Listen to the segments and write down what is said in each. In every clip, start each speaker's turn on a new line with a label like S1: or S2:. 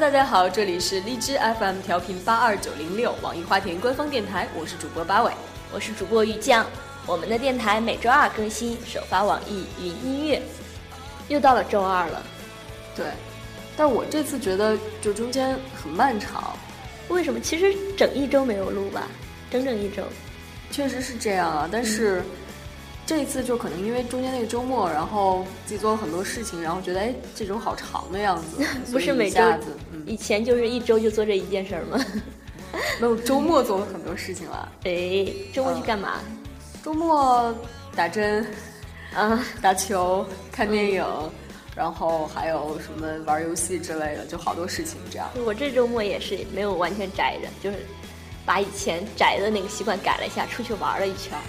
S1: 大家好，这里是荔枝 FM 调频八二九零六网易花田官方电台，我是主播八尾。
S2: 我是主播于酱。我们的电台每周二更新，首发网易云音乐。又到了周二了，
S1: 对，但我这次觉得就中间很漫长，
S2: 为什么？其实整一周没有录吧，整整一周。，
S1: 确实是这样啊，但是。这一次就可能因为中间那个周末，然后自己做了很多事情，然后觉得哎，这周好长的样子
S2: 不是
S1: 所以
S2: 每
S1: 一
S2: 周
S1: 下子，嗯，
S2: 以前就是一周就做这一件事儿吗？
S1: 没有周末做了很多事情了。
S2: 哎，周末去
S1: 嗯
S2: 干嘛？
S1: 周末打针、
S2: 啊，
S1: 打球、看电影，然后还有什么玩游戏之类的，就好多事情这样。
S2: 我这周末也是没有完全宅着，就是把以前宅的那个习惯改了一下，出去玩了一圈儿。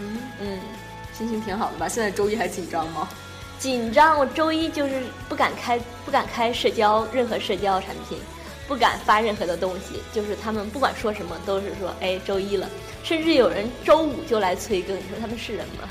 S1: 嗯，
S2: 嗯，
S1: 心情挺好的吧？现在周一还紧张吗？
S2: 紧张。我周一就是不敢开，不敢开社交任何社交产品，不敢发任何的东西。就是他们不管说什么，都是说哎周一了，甚至有人周五就来催更。你说他们是人吗？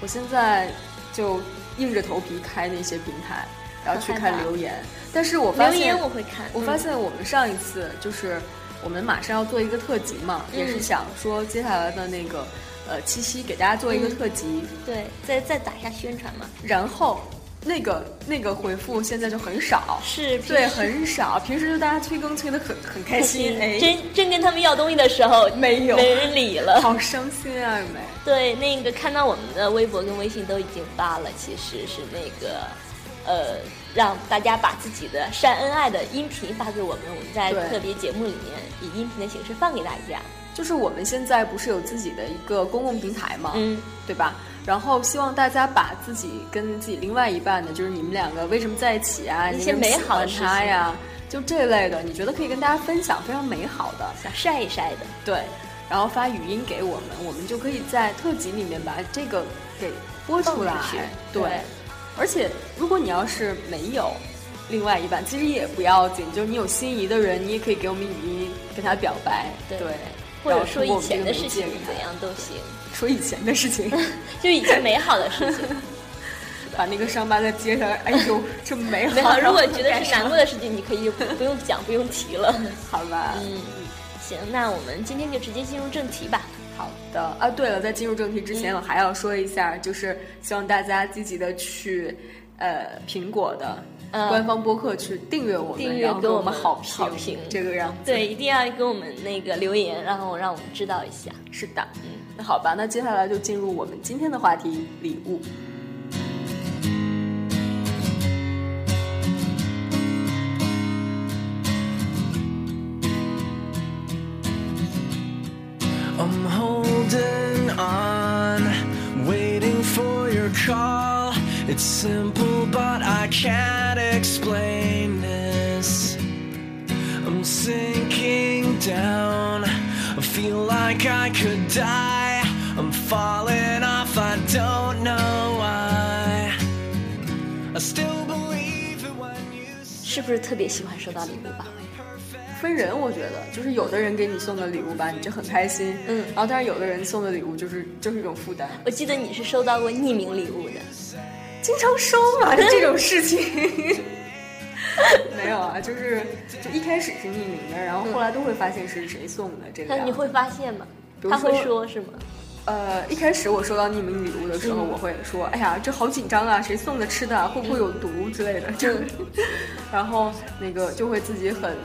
S1: 我现在就硬着头皮开那些平台，然后去
S2: 很害怕
S1: 看留言，但是我发
S2: 留
S1: 现
S2: 言我会看，
S1: 我发现我们上一次就是我们马上要做一个特辑嘛，
S2: 嗯
S1: 也是想说接下来的那个呃七夕给大家做一个特辑，
S2: 嗯对，再再打一下宣传嘛。
S1: 然后那个那个回复现在就很少，
S2: 是，
S1: 对，很少。平时就大家催更催的很很开心，哎，
S2: 真真跟他们要东西的时候，
S1: 没有
S2: 没人理了。
S1: 好伤心啊，美。
S2: 对，那个看到我们的微博跟微信都已经发了，其实是那个，呃，让大家把自己的晒恩爱的音频发给我们，我们在
S1: 对
S2: 特别节目里面以音频的形式放给大家。啊
S1: 就是我们现在不是有自己的一个公共平台嘛，
S2: 嗯，
S1: 对吧？然后希望大家把自己跟自己另外一半的，就是你们两个为什么在一起啊，
S2: 一
S1: 你
S2: 些
S1: 为什
S2: 美
S1: 么喜
S2: 好的
S1: 欢他呀，就这类的，你觉得可以跟大家分享非常美好的，
S2: 想晒一晒的，
S1: 对，然后发语音给我们，我们就可以在特辑里面把这个给播出来
S2: 放出去。
S1: 对，
S2: 对
S1: 而且如果你要是没有另外一半，其实也不要紧，就是你有心仪的人，你也可以给我们语音跟他表白，对，
S2: 或
S1: 然
S2: 者
S1: 后
S2: 说
S1: 通过
S2: 以
S1: 我们这
S2: 前
S1: 个
S2: 的
S1: 媒
S2: 事
S1: 介
S2: 情
S1: 给他
S2: 怎样都 行，
S1: 说以前的事情，
S2: 就以前美好的事情。
S1: 把那个伤疤再接上，哎呦，这 美 好。
S2: 美好，如果
S1: 然后
S2: 觉得
S1: 再
S2: 是
S1: 上
S2: 难过的事情，你可以不不用讲，不用提了。
S1: 好吧，
S2: 嗯，行，那我们今天就直接进入正题吧。
S1: 好的啊。对了，在进入正题之
S2: 嗯
S1: 前，我还要说一下，就是希望大家积极的去呃苹果的
S2: 嗯
S1: 官方播客去订阅我们，
S2: 订阅
S1: 然后
S2: 给
S1: 给
S2: 我
S1: 我们
S2: 们
S1: 好
S2: 好评
S1: 这个样子。
S2: 对，一定要给我们那个留言，然后让我们知道一下。
S1: 是的，
S2: 嗯
S1: 那好吧，那接下来就进入我们今天的话题——礼物。
S3: I'm holding on, waiting for your call. It's simple, but I can't explain this. I'm sinking down, I feel like I could die. I'm falling off, I don't know why. I still believe it when you say
S2: 是不是特别喜欢收到礼物吧？
S1: 分人，我觉得就是有的人给你送的礼物吧，你就很开心，
S2: 嗯
S1: 然后但是有的人送的礼物就是就是一种负担，
S2: 我记得你是收到过匿名礼物的，
S1: 经常收嘛，这种事情。 没有啊，就是就一开始是匿名的，然后后来都会发现是谁送的这个
S2: 那
S1: 样
S2: 你
S1: 子。
S2: 会发现吗？
S1: 比如
S2: 他
S1: 说
S2: 会说是吗？
S1: 呃，一开始我收到匿名礼物的时候，
S2: 嗯
S1: 我会说，哎呀，这好紧张啊，谁送的吃的啊，会不会有毒之类的，就，
S2: 嗯
S1: 然后那个就会自己很。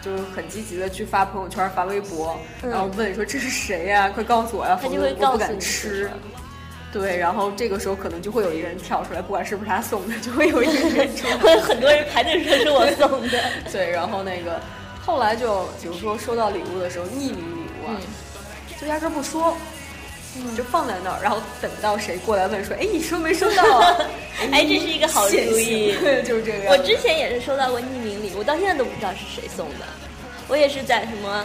S1: 就是很积极的去发朋友圈、发微博，
S2: 嗯
S1: 然后问说这是谁呀、快告诉我呀、
S2: 他
S1: 否
S2: 就
S1: 则
S2: 会
S1: 我
S2: 告
S1: 不
S2: 诉
S1: 敢
S2: 你是
S1: 吃
S2: 吗。
S1: 对，然后这个时候可能就会有一个人跳出来，不管是不是他送的，就会有一个 人出来。
S2: 会有很多人排队说是我送的。
S1: 对，然后那个后来就比如说收到礼物的时候，匿名礼物啊，
S2: 嗯
S1: 就压根儿不说，就放在那儿，然后等到谁过来问说，哎，你收没收到啊？
S2: 哎，这是一个好主
S1: 现
S2: 意。
S1: 行 就是这个样
S2: 我
S1: 子。
S2: 之前也是收到过匿名礼物，到现在都不知道是谁送的。我也是在什么，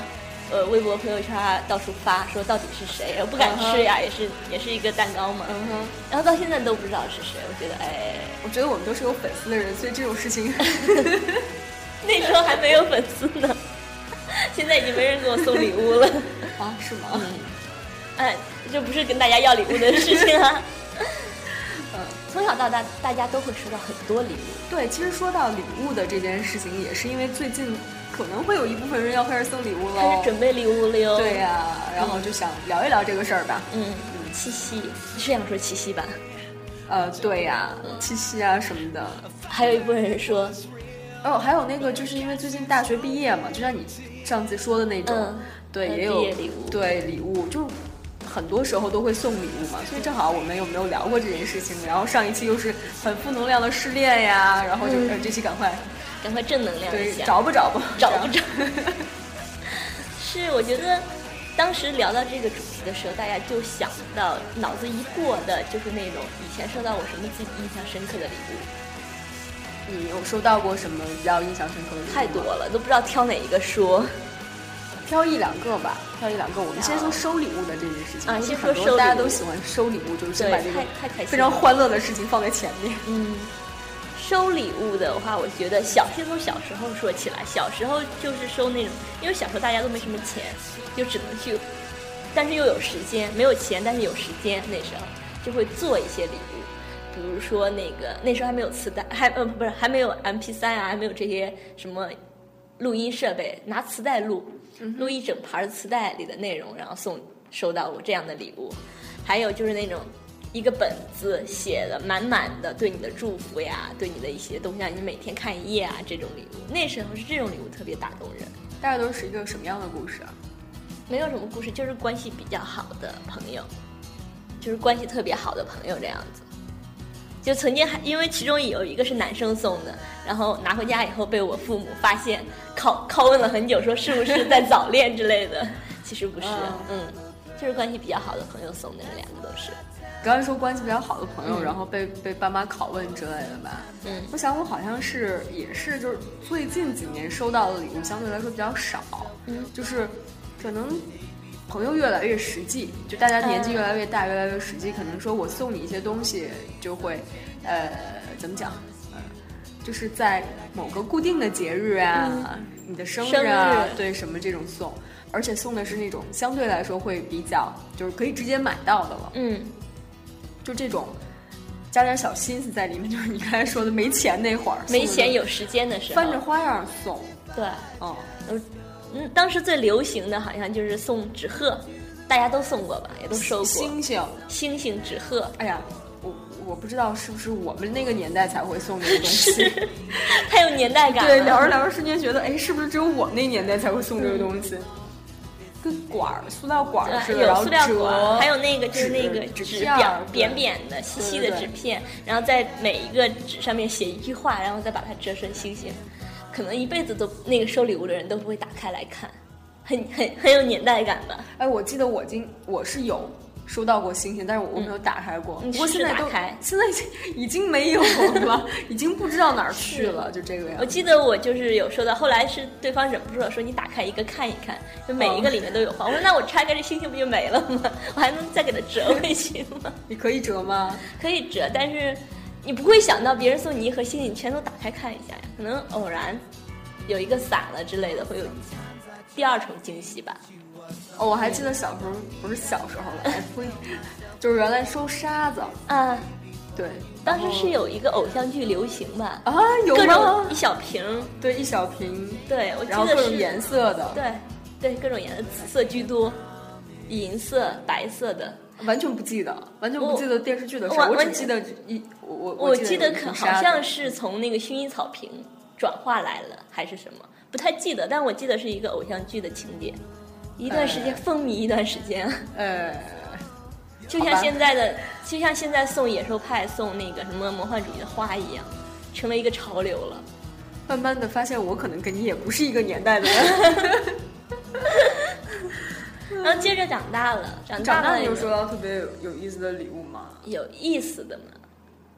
S2: 呃，微博、朋友圈啊到处发，说到底是谁，我不敢吃呀，也是也是一个蛋糕嘛。
S1: 嗯哼，
S2: 然后到现在都不知道是谁，我觉得哎，
S1: 我觉得我们都是有粉丝的人，所以这种事 情
S2: 那时候还没有粉丝呢， 现在已经没人给我送礼物了。
S1: 啊，是吗？
S2: 嗯哎，这不是跟大家要礼物的事情啊。
S1: 嗯，
S2: 从小到大大家都会收到很多礼物，
S1: 对，其实说到礼物的这件事情，也是因为最近可能会有一部分人要开始送礼物了，
S2: 开始准备礼物了哟。
S1: 对呀、然后就想聊一聊这个事儿吧。
S2: 嗯，七夕是这样说七夕吧？
S1: 呃，对呀、
S2: 嗯
S1: 七夕啊什么的。
S2: 还有一部分人说，
S1: 哦，还有那个，就是因为最近大学毕业嘛，就像你上次说的那种，
S2: 嗯
S1: 对，
S2: 呃
S1: 也有
S2: 毕业礼物
S1: 对礼物，就很多时候都会送礼物嘛，所以正好我们有没有聊过这件事情？然后上一期又是很负能量的失恋呀，然后就、呃这期赶快
S2: 赶快正能嗯量一
S1: 对
S2: 下。
S1: 找不找吧，
S2: 找不
S1: 这样
S2: 是，我觉得当时聊到这个主题的时候，大家就想到脑子一过的就是那种以前收到过什么自己印象深刻的礼物，
S1: 你有收到过什么比较印象深刻的礼物吗？
S2: 太多了，都不知道挑哪一个说。
S1: 挑一两个吧，挑一两个。我们先说收礼物的这件事情，
S2: 啊
S1: 就是
S2: 先说
S1: 很
S2: 收
S1: 多
S2: 礼
S1: 大家
S2: 物
S1: 都喜欢收礼物，就是先
S2: 对
S1: 把这个
S2: 太太开心
S1: 非常
S2: 了
S1: 欢乐的事情放在前面。
S2: 嗯，收礼物的话，我觉得小先从小时候说起来，小时候就是收那种，因为小时候大家都没什么钱，就只能去，但是又有时间，没有钱但是有时间，那时候就会做一些礼物。比如说那个那时候还没有磁带， 还呃不是还没有 MP 3啊，还没有这些什么录音设备，拿磁带录，录一整盘儿磁带里的内容，然后送收到我这样的礼物。还有就是那种一个本子写的满满的对你的祝福呀，对你的一些东西啊，你每天看一页啊这种礼物。那时候是这种礼物特别打动人，
S1: 大概都是一个什么样的故事啊？
S2: 没有什么故事，就是关系比较好的朋友，就是关系特别好的朋友这样子。就曾经还因为其中有一个是男生送的，然后拿回家以后被我父母发现，拷拷问了很久，说是不是在早恋之类 的，其实不是
S1: 哦，
S2: 嗯，就是关系比较好的朋友送的，两个都是，
S1: 刚才说关系比较好的朋友，
S2: 嗯
S1: 然后被被爸妈拷问之类的吧。
S2: 嗯
S1: 我想我好像是也是，就是最近几年收到的礼物相对来说比较少，
S2: 嗯
S1: 就是可能朋友越来越实际，就大家年纪
S2: 嗯
S1: 越来越大，越来越实际，可能说我送你一些东西就会，呃，怎么讲？呃就是在某个固定的节日啊，你的生日啊，
S2: 嗯生日
S1: 对什么这种送，而且送的是那种相对来说会比较就是可以直接买到的了。
S2: 嗯，
S1: 就这种加点小心思在里面，就是你刚才说的没钱那会儿，
S2: 没钱
S1: 有
S2: 有时间的时候，
S1: 翻着花样送，
S2: 对，
S1: 嗯，
S2: 嗯，当时最流行的好像就是送纸鹤，大家都送过吧，也都收过
S1: 星星，
S2: 星星纸鹤，
S1: 哎呀，我我不知道是不是我们那个年代才会送这个东 西，
S2: 太有年代感了。
S1: 对，聊着聊着瞬间觉得，哎，是不是只有我那年代才会送这个东西？跟管儿、塑料管儿似
S2: 嗯对，
S1: 的，然
S2: 有
S1: 后
S2: 塑料管，
S1: 折
S2: 还有那个就是那个
S1: 纸纸
S2: 纸
S1: 片儿
S2: 表
S1: 对
S2: 扁扁的、细细的
S1: 对对对
S2: 纸片，然后在每一个纸上面写一句话，然后再把它折成星星，可能一辈子都那个收礼物的人都不会打开来看，很很很有年代感吧？
S1: 哎，我记得我今我是有收到过星星，但是我没有打开过。
S2: 嗯
S1: 不过
S2: 你试
S1: 现
S2: 试
S1: 在都
S2: 打开
S1: 现在已经已经没有了， 已经不知道哪儿去了，就这个样
S2: 我
S1: 子。
S2: 记得我就是有收到，后来是对方忍不住了，说你打开一个看一看，就
S1: 哦
S2: 每一个里面都有花。我说那我拆开这星星不就没了吗？ 我还能再给它折回去吗？
S1: 你可以折吗？
S2: 可以折，但是你不会想到别人送你一盒星星，你全都打开看一下呀，可能偶然有一个散了之类的，会有第二重惊喜吧。
S1: 哦，我还记得小时候，不是小时候了，哎呸， 就是原来收沙子，
S2: 啊，
S1: 对，
S2: 当时是有一个偶像剧流行吧，
S1: 啊，有
S2: 各种
S1: 吗
S2: 一？小瓶儿，
S1: 对，一小瓶，
S2: 对我记
S1: 然后
S2: 得
S1: 各
S2: 是
S1: 种颜色的，
S2: 对对各种颜色，紫色居多，银色、白色的。
S1: 完全不记得，完全不
S2: 我
S1: 记得电视剧的事
S2: 我
S1: 儿，我
S2: 我
S1: 只记得一我我
S2: 我
S1: 记
S2: 记
S1: 得
S2: 得
S1: 有一
S2: 可
S1: 瓶
S2: 好
S1: 沙子
S2: 像是从那个薰衣草坪转化来了，还是什么，不太记得。但我记得是一个偶像剧的情节，一段时间风靡一段时间，
S1: 呃，
S2: 就
S1: 好
S2: 像
S1: 吧
S2: 现在的，就像现在送野兽派、送那个什么魔幻主义的花一样，成了一个潮流了。
S1: 慢慢的发现我可能跟你也不是一个年代的人。
S2: 然后接着长大了，长
S1: 长
S2: 大
S1: 大
S2: 了
S1: 你有
S2: 有
S1: 收到特别有有意思的礼物吗？
S2: 有意思的嘛？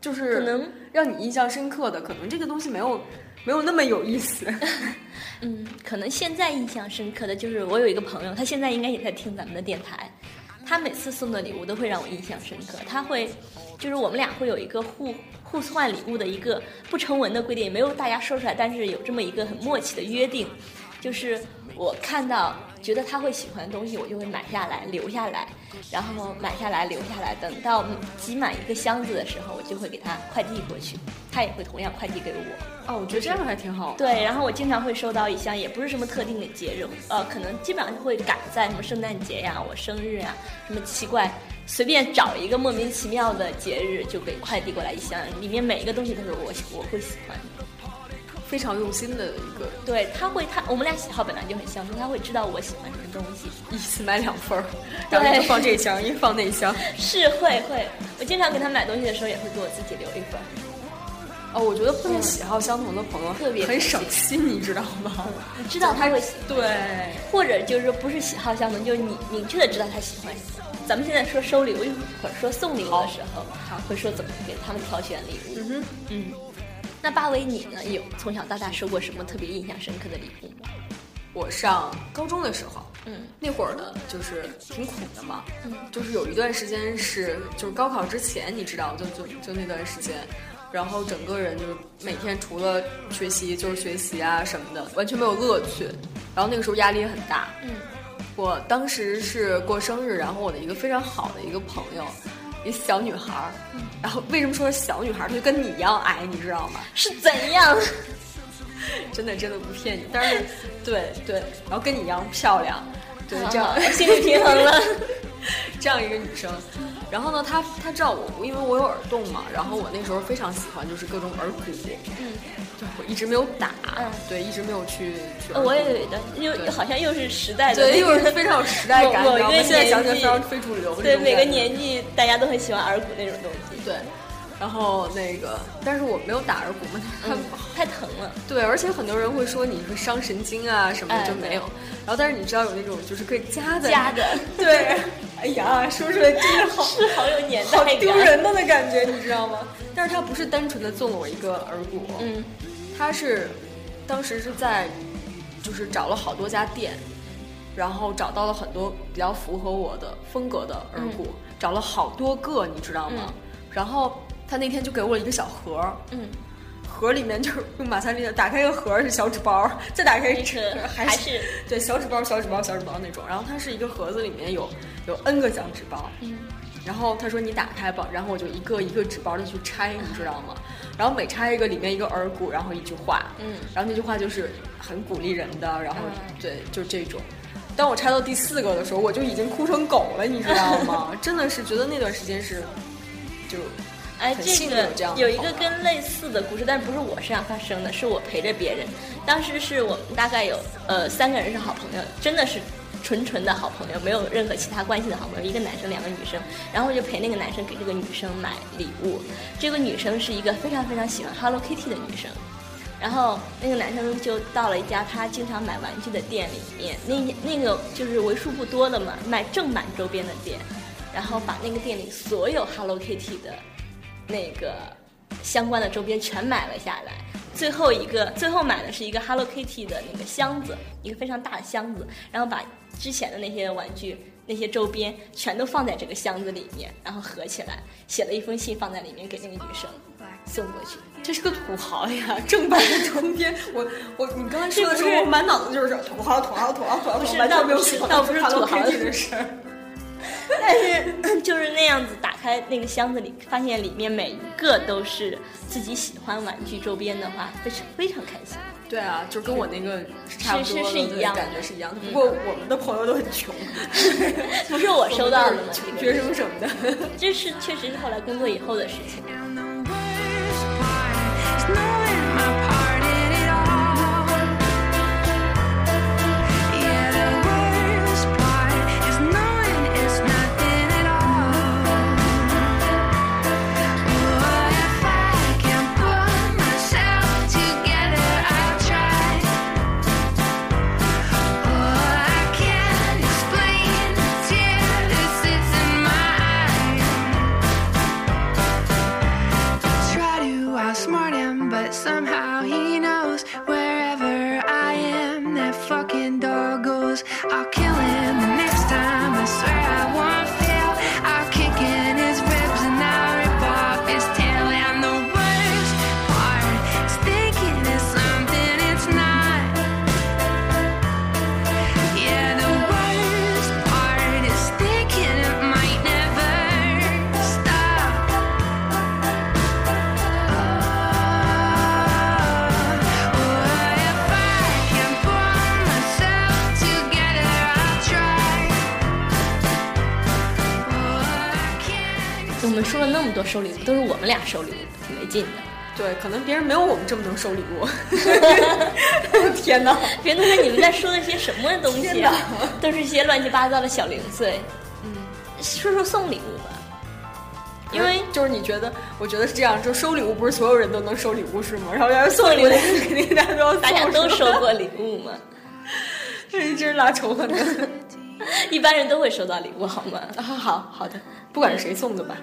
S1: 就是
S2: 可能
S1: 让你印象深刻的，可能这个东西没有没有那么有意思。
S2: 嗯，可能现在印象深刻的就是我有一个朋友，他现在应该也在听咱们的电台，他每次送的礼物都会让我印象深刻。他会，就是我们俩会有一个互互换礼物的一个不成文的规定，没有大家说出来，但是有这么一个很默契的约定，就是我看到觉得他会喜欢的东西，我就会买下来留下来，然后买下来留下来，等到集满一个箱子的时候，我就会给他快递过去，他也会同样快递给我。
S1: 哦，我觉得这样还挺好。
S2: 对，然后我经常会收到一箱，也不是什么特定的节日，呃，可能基本上会赶在什么圣诞节呀、我生日啊，什么奇怪，随便找一个莫名其妙的节日就给快递过来一箱，里面每一个东西都是我我会喜欢。
S1: 非常用心的一个，
S2: 对，他会他我们俩喜好本来就很相似，他会知道我喜欢什么东西，
S1: 一次买两份儿，然后一个放这箱，一个放那箱。
S2: 是会会。我经常给他买东西的时候，也会给我自己留一份儿。
S1: 哦，我觉得碰见喜好相同的朋友
S2: 嗯特别
S1: 很省心，你知道吗？
S2: 你知道他会喜，
S1: 对，
S2: 或者就是说不是喜好相同，就是你明确的知道他喜欢什么。咱们现在说收礼物，一会儿说送礼物的时候，会说怎么给他们挑选礼物。嗯嗯。那八维你呢？有从小到大收过什么特别印象深刻的礼物吗？
S1: 我上高中的时候，
S2: 嗯，
S1: 那会儿呢，就是挺苦的嘛，就是有一段时间是，就是高考之前，你知道，就就就那段时间，然后整个人就是每天除了学习就是学习啊什么的，完全没有乐趣。然后那个时候压力也很大，
S2: 嗯，
S1: 我当时是过生日，然后我的一个非常好的一个朋友，一小女孩儿，然后为什么说是小女孩儿？她就跟你一样矮，你知道吗？
S2: 是怎样？
S1: 真的真的不骗你，但是对对，然后跟你一样漂亮，对
S2: 好
S1: 这样
S2: 好心理平衡了。
S1: 啊 这样一个女生。然后呢，她她知道我，因为我有耳洞嘛，然后我那时候非常喜欢就是各种耳骨，
S2: 嗯，
S1: 对我一直没有打，
S2: 嗯
S1: 对，一直没有去去耳骨。
S2: 我也有一段，又
S1: 对
S2: 好像又是时代的那个，
S1: 对，一会儿非常有时代 感，
S2: 某
S1: 然后
S2: 某一个
S1: 现在想起来
S2: 年纪
S1: 非常非主流的这
S2: 对
S1: 种感觉。
S2: 每个年纪大家都很喜欢耳骨那种东西，
S1: 对，然后那个，但是我没有打耳骨嘛，她、
S2: 嗯，太疼了。
S1: 对，而且很多人会说你会伤神经啊什么
S2: 哎
S1: 的就没有，然后但是你知道有那种就是可以夹的，
S2: 夹的，
S1: 对，哎呀，说出来真的好
S2: 是好有年代
S1: 好
S2: 感，
S1: 丢人的那感觉，你知道吗？但是他不是单纯的赠了我一个耳骨，
S2: 嗯，
S1: 他是当时是在就是找了好多家店，然后找到了很多比较符合我的风格的耳骨，找了好多个，你知道吗？
S2: 嗯
S1: 然后他那天就给我了一个小盒儿，
S2: 嗯，
S1: 盒里面就是用马三立的，打开一个盒儿是小纸包，再打开一
S2: 就是
S1: 个还
S2: 还是
S1: 对小纸包、小纸包、小纸包那种。然后它是一个盒子，里面有有 N 个小纸包。
S2: 嗯。
S1: 然后他说你打开吧，然后我就一个一个纸包的去拆，你知道吗？然后每拆一个，里面一个耳骨，然后一句话。
S2: 嗯
S1: 然后那句话就是很鼓励人的，然后
S2: 嗯
S1: 对，就这种。当我拆到第四个的时候，我就已经哭成狗了，你知道吗？ 真的是觉得那段时间是就
S2: 哎，
S1: 很
S2: 这
S1: 幸运
S2: 个
S1: 有这样的
S2: 有一个
S1: 朋友啊
S2: 跟类似的故事，但不是我身上发生的，是我陪着别人。当时是我们大概有呃三个人是好朋友，真的是纯纯的好朋友，没有任何其他关系的好朋友，一个男生，两个女生。然后就陪那个男生给这个女生买礼物。这个女生是一个非常非常喜欢 Hello Kitty 的女生。然后那个男生就到了一家他经常买玩具的店里面，那那个就是为数不多的嘛，卖正版周边的店，然后把那个店里所有 Hello Kitty 的那个相关的周边全买了下来。最后一个，最后买的是一个 Hello Kitty 的那个箱子，一个非常大的箱子，然后把之前的那些玩具、那些周边全都放在这个箱子里面，然后合起来，写了一封信放在里面给那个女生送过去。
S1: 这是个土豪呀，正版的周边。我我你刚才说的时
S2: 这不是
S1: 候，我满脑子就是土豪土豪土豪土豪，
S2: 不是
S1: 完
S2: 那
S1: 全
S2: 不
S1: 没有
S2: 是
S1: 想
S2: 那
S1: 到
S2: 不是
S1: 哈
S2: 土
S1: 喽
S2: 豪
S1: Kitty 的事儿。
S2: 但是 就是那样子打开那个箱子里，发现里面每一个都是自己喜欢玩具周边的话，非常非常开心。
S1: 对啊，就跟我那个差不多
S2: 是是
S1: 的
S2: 一样的嗯
S1: 感觉是一样的。不过我们的朋友都很穷，
S2: 不是我 收到的吗？这
S1: 学
S2: 个
S1: 生什么的。
S2: 这是确实是后来工作以后的事情。
S4: And the worst part is knowing my part in it all. Yeah, the worst part is knowing it's nothing at all. But if I can pull myself together, I'll try. All I can explain the tear that sits in my eye. Try to outsmart him, but somehow he knows wherever I am, that fucking dog goes. I'll kill him the next time. I swear I won't fail. I'll kick in his ribs and I'll rip off his tail. And the worst part is thinking it's something it's not. Yeah, the worst part is thinking it might. Oh, Oh,
S2: 收了那么多收礼物，都是我们俩收礼物，挺没劲的。
S1: 对，可能别人没有我们这么能收礼物。 天哪！
S2: 别人都说你们在说的些什么东西
S1: 天
S2: 啊
S1: 哪？
S2: 都是一些乱七八糟的小零碎。嗯，说说送礼物吧， 因为
S1: 就是你觉得，我觉得是这样，就收礼物不是所有人都能收礼物是吗？然后要是送礼物，
S2: 送
S1: 肯定大家都要送
S2: 大家都
S1: 是
S2: 收
S1: 吧，
S2: 过礼物嘛，
S1: 这 一直拉仇恨的。
S2: 一般人都会收到礼物，好吗？
S1: 啊
S2: 好好的。
S1: 不管是谁送的吧，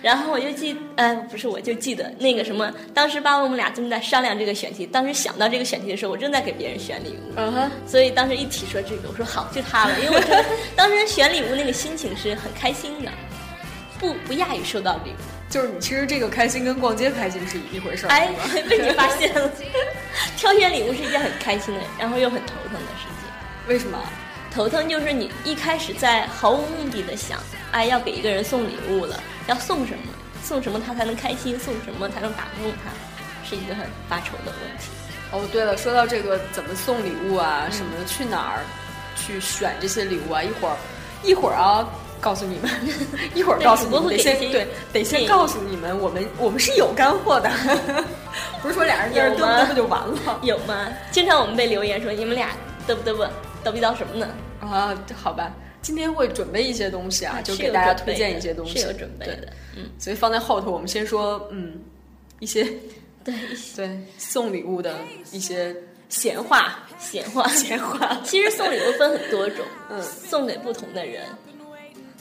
S2: 然后我就记，呃，不是，我就记得那个什么，当时爸爸我们俩正在商量这个选题，当时想到这个选题的时候，我正在给别人选礼物，
S1: 嗯哼，
S2: 所以当时一提说这个，我说好，就它了，因为我觉得当时选礼物那个心情是很开心的，不不亚于收到礼物。
S1: 就是你其实这个开心跟逛街开心是一回事儿，
S2: 哎
S1: 对吧，
S2: 被你发现了， 挑选礼物是一件很开心的，然后又很头疼的事情。
S1: 为什么？啊
S2: 头疼就是你一开始在毫无目的的想，哎，要给一个人送礼物了，要送什么？送什么他才能开心？送什么才能打动他？是一个很发愁的问题。
S1: 哦，对了，说到这个怎么送礼物啊，什么去哪儿去选这些礼物啊，一会儿一会儿啊。告诉你们， 一会儿
S2: 对
S1: 告诉你
S2: 主播
S1: 们，
S2: 会
S1: 得
S2: 给
S1: 先
S2: 一些
S1: 对，得
S2: 建
S1: 先
S2: 议
S1: 告诉你们，我们我们是有干货的， 不是说俩人在这儿
S2: 有
S1: 嘚啵嘚
S2: 吗
S1: 啵就完了
S2: 有吗？经常我们被留言说你们俩嘚不嘚不嘚逼到什么呢？
S1: 啊？好吧，今天会准备一些东西啊，
S2: 啊
S1: 就是给
S2: 有
S1: 大家
S2: 准
S1: 推
S2: 备
S1: 荐
S2: 的
S1: 一些东西，
S2: 是有准备
S1: 对
S2: 的，。嗯，
S1: 所以放在后头，我们先说，嗯，一些
S2: 对，
S1: 对送礼物的一些闲话，
S2: 闲话，
S1: 闲话
S2: 其实送礼物分很多种，
S1: 嗯
S2: 送给不同的人，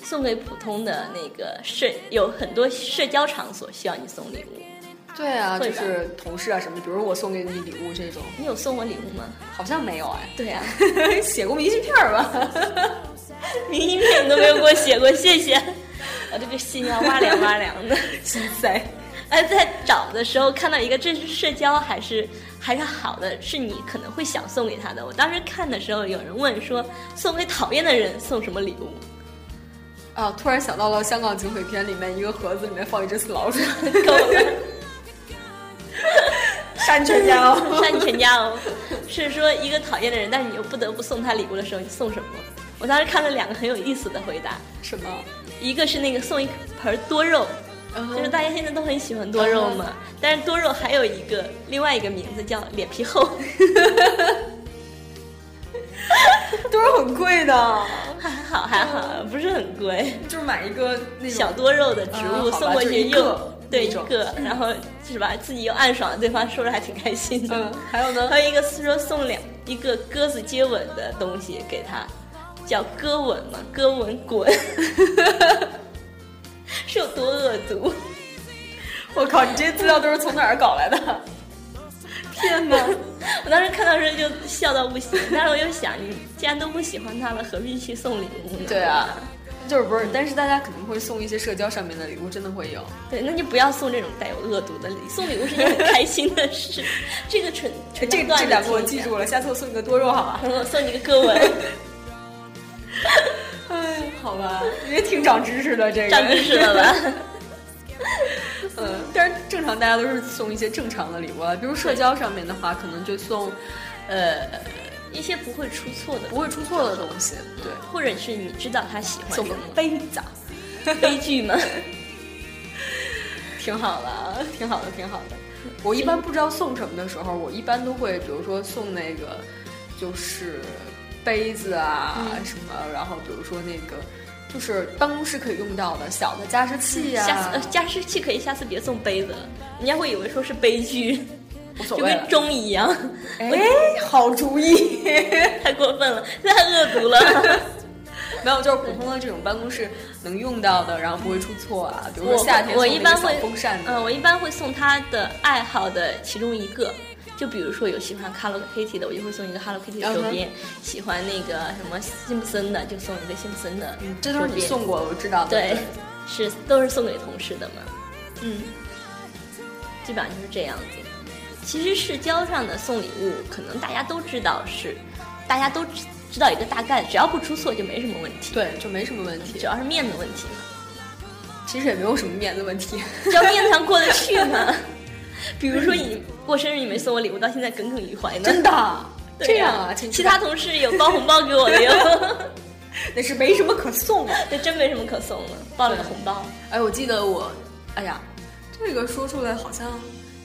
S2: 送给普通的那个社有很多社交场所需要你送礼物。
S1: 对啊，
S2: 会
S1: 就
S2: 吧
S1: 是同事啊什么，比如我送给你礼物这种，
S2: 你有送我礼物吗？
S1: 好像没有哎，
S2: 对呀、
S1: 写过明信片儿吧？
S2: 明信 片你都没有给我写过，谢谢。我这个心啊，哇凉哇凉的。
S1: 心塞，
S2: 哎，在找的时候看到一个，这是社交还是还是好的，是你可能会想送给他的。我当时看的时候，有人问说，送给讨厌的人送什么礼物？
S1: 啊，突然想到了香港警匪片里面一个盒子里面放一只死 老鼠，
S2: 够了，
S1: 删全家 哦。
S2: 删全家哦。是说一个讨厌的人，但是你又不得不送他礼物的时候，你送什么？我当时看了两个很有意思的回答，
S1: 什么？
S2: 一个是那个送一盆多肉，
S1: 嗯
S2: 就是大家现在都很喜欢多肉嘛，但是多肉还有一个另外一个名字叫脸皮厚，
S1: 都是很贵的，
S2: 还好还好，不是很贵。
S1: 就是买一个嗯那种
S2: 小多肉的植
S1: 啊好
S2: 物
S1: 吧
S2: 送过
S1: 就
S2: 去
S1: 一
S2: 又
S1: 个
S2: 对一
S1: 那种
S2: 个，然后是吧？自己又暗爽，对方收着还挺开心的
S1: 嗯。还有呢
S2: 还有一个是说送两一个鸽子接吻的东西给他，叫鸽吻嘛，鸽吻滚， 是有多恶毒？
S1: 我靠，你这些资料都是从哪儿搞来的？ 天哪！
S2: 我当时看到的时候就笑到不行，但是我又想，你既然都不喜欢他了，何必去送礼物呢？
S1: 对啊，就是不是？但是大家可能会送一些社交上面的礼物，真的会有。
S2: 对，那就不要送这种带有恶毒的礼。送礼物是件很开心的事，这个纯
S1: 这
S2: 纯
S1: 哎这
S2: 当段子
S1: 两个我
S2: 听一
S1: 记
S2: 下
S1: 住了，下次我送你个多肉好吧？
S2: 我送你个哥 吻，
S1: 哎，好吧， 也挺长知识的这个。
S2: 长知识了吧？
S1: 嗯，但是正常大家都是送一些正常的礼物啊，比如社交上面的话，可能就送，呃，
S2: 一些不会出错的，
S1: 不会出错的东西。对，
S2: 或者是你知道他喜欢什
S1: 送个
S2: 么，
S1: 杯子啊，
S2: 悲剧 吗？
S1: 挺好的啊，挺好的，挺好的。我一般不知道送什么的时候，我一般都会，比如说送那个，就是杯子啊、
S2: 嗯
S1: 什么，然后比如说那个，就是办公室可以用到的小的加湿器啊呀、
S2: 下次呃加湿器可以，下次别送杯子了，人家会以为说是悲剧，
S1: 无所
S2: 呃就
S1: 谓啊
S2: 跟
S1: 了。
S2: 钟一样，
S1: 哎，好主意！
S2: 太过分了，太恶毒了。
S1: 没有，就是普通的这种办公室能用到的，然后不会出错啊。比如
S2: 我
S1: 说夏天
S2: 嗯我
S1: 送
S2: 一
S1: 那
S2: 般
S1: 个小
S2: 会
S1: 风扇的，
S2: 嗯，我一般会送他的爱好的其中一个。就比如说有喜欢 Hello Kitty 的，我就会送一个 Hello Kitty 的
S1: 嗯
S2: 周
S1: 哼
S2: 边；喜欢那个什么辛普森的，就送一个辛普森的周边。
S1: 嗯，这都是你送过的，我知道的。
S2: 对，是都是送给同事的嘛，
S1: 嗯，
S2: 基本上就是这样子。其实社交上的送礼物，可能大家都知道是，大家都知知道一个大概，只要不出错就没什么问题。，
S1: 对，就没什么问题
S2: 主。要是面子问题嘛，
S1: 其实也没有什么面子问题。
S2: 只要面子上过得去嘛。 比如说你过生日你没送我礼物，到现在耿耿于怀呢。
S1: 真的，
S2: 对
S1: 这
S2: 呀
S1: 样啊？请
S2: 其他同事有包红包给我的哟。
S1: 那是没什么可送的。
S2: 这真没什么可送的，包了个红包。
S1: 哎，我记得我，哎呀，这个说出来好像